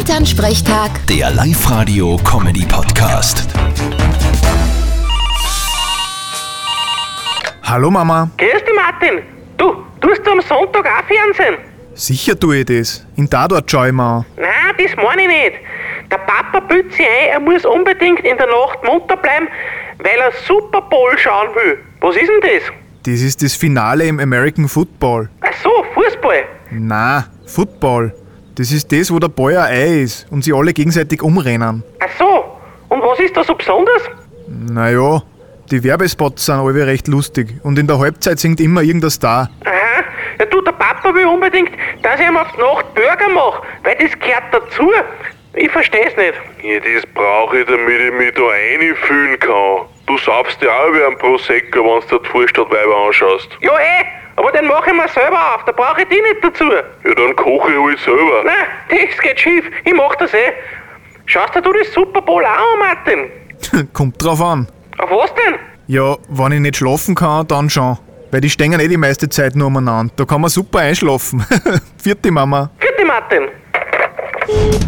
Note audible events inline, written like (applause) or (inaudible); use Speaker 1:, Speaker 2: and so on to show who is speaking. Speaker 1: Elternsprechtag,
Speaker 2: Der Live-Radio-Comedy-Podcast.
Speaker 3: Hallo Mama,
Speaker 4: Grüß dich, Martin. Du, tust du am Sonntag auch Fernsehen?
Speaker 3: sicher tue ich das. In Tatort schau ich mir an.
Speaker 4: Nein, das meine ich nicht. Der Papa bütt sich ein, er muss unbedingt in der Nacht munter bleiben, weil er Super Bowl schauen will. Was ist denn das?
Speaker 3: Das ist das Finale im American Football.
Speaker 4: Ach so, Fußball.
Speaker 3: Na, Football. Das ist das, wo der Ball ein Ei ist und sie alle gegenseitig umrennen.
Speaker 4: Ach so. Und was ist da so besonders?
Speaker 3: Naja, die Werbespots sind alle recht lustig und in der Halbzeit singt immer irgendein Star. (laughs)
Speaker 4: Aha. Ja, du, der Papa will unbedingt, dass ich ihm auf die Nacht Burger mache, weil das gehört dazu. Ich versteh's nicht.
Speaker 5: Ja, das brauche ich, damit ich mich da einfühlen kann. Du saufst ja auch wie ein Prosecco, wenn du dir die Vorstadtweiber anschaust.
Speaker 4: Ja, eh, aber den mache ich mir selber auf, da brauche ich dich nicht dazu.
Speaker 5: Ja, dann koche ich halt selber.
Speaker 4: Nein, das geht schief. Ich mach das eh. Schaust dir du das Super Bowl auch an, Martin?
Speaker 3: Kommt drauf an.
Speaker 4: Auf was denn?
Speaker 3: Ja, wenn ich nicht schlafen kann, dann schon. Weil die stehen eh die meiste Zeit nur umeinander. Da kann man super einschlafen. (laughs) Vierte Mama.
Speaker 4: Vierte Martin.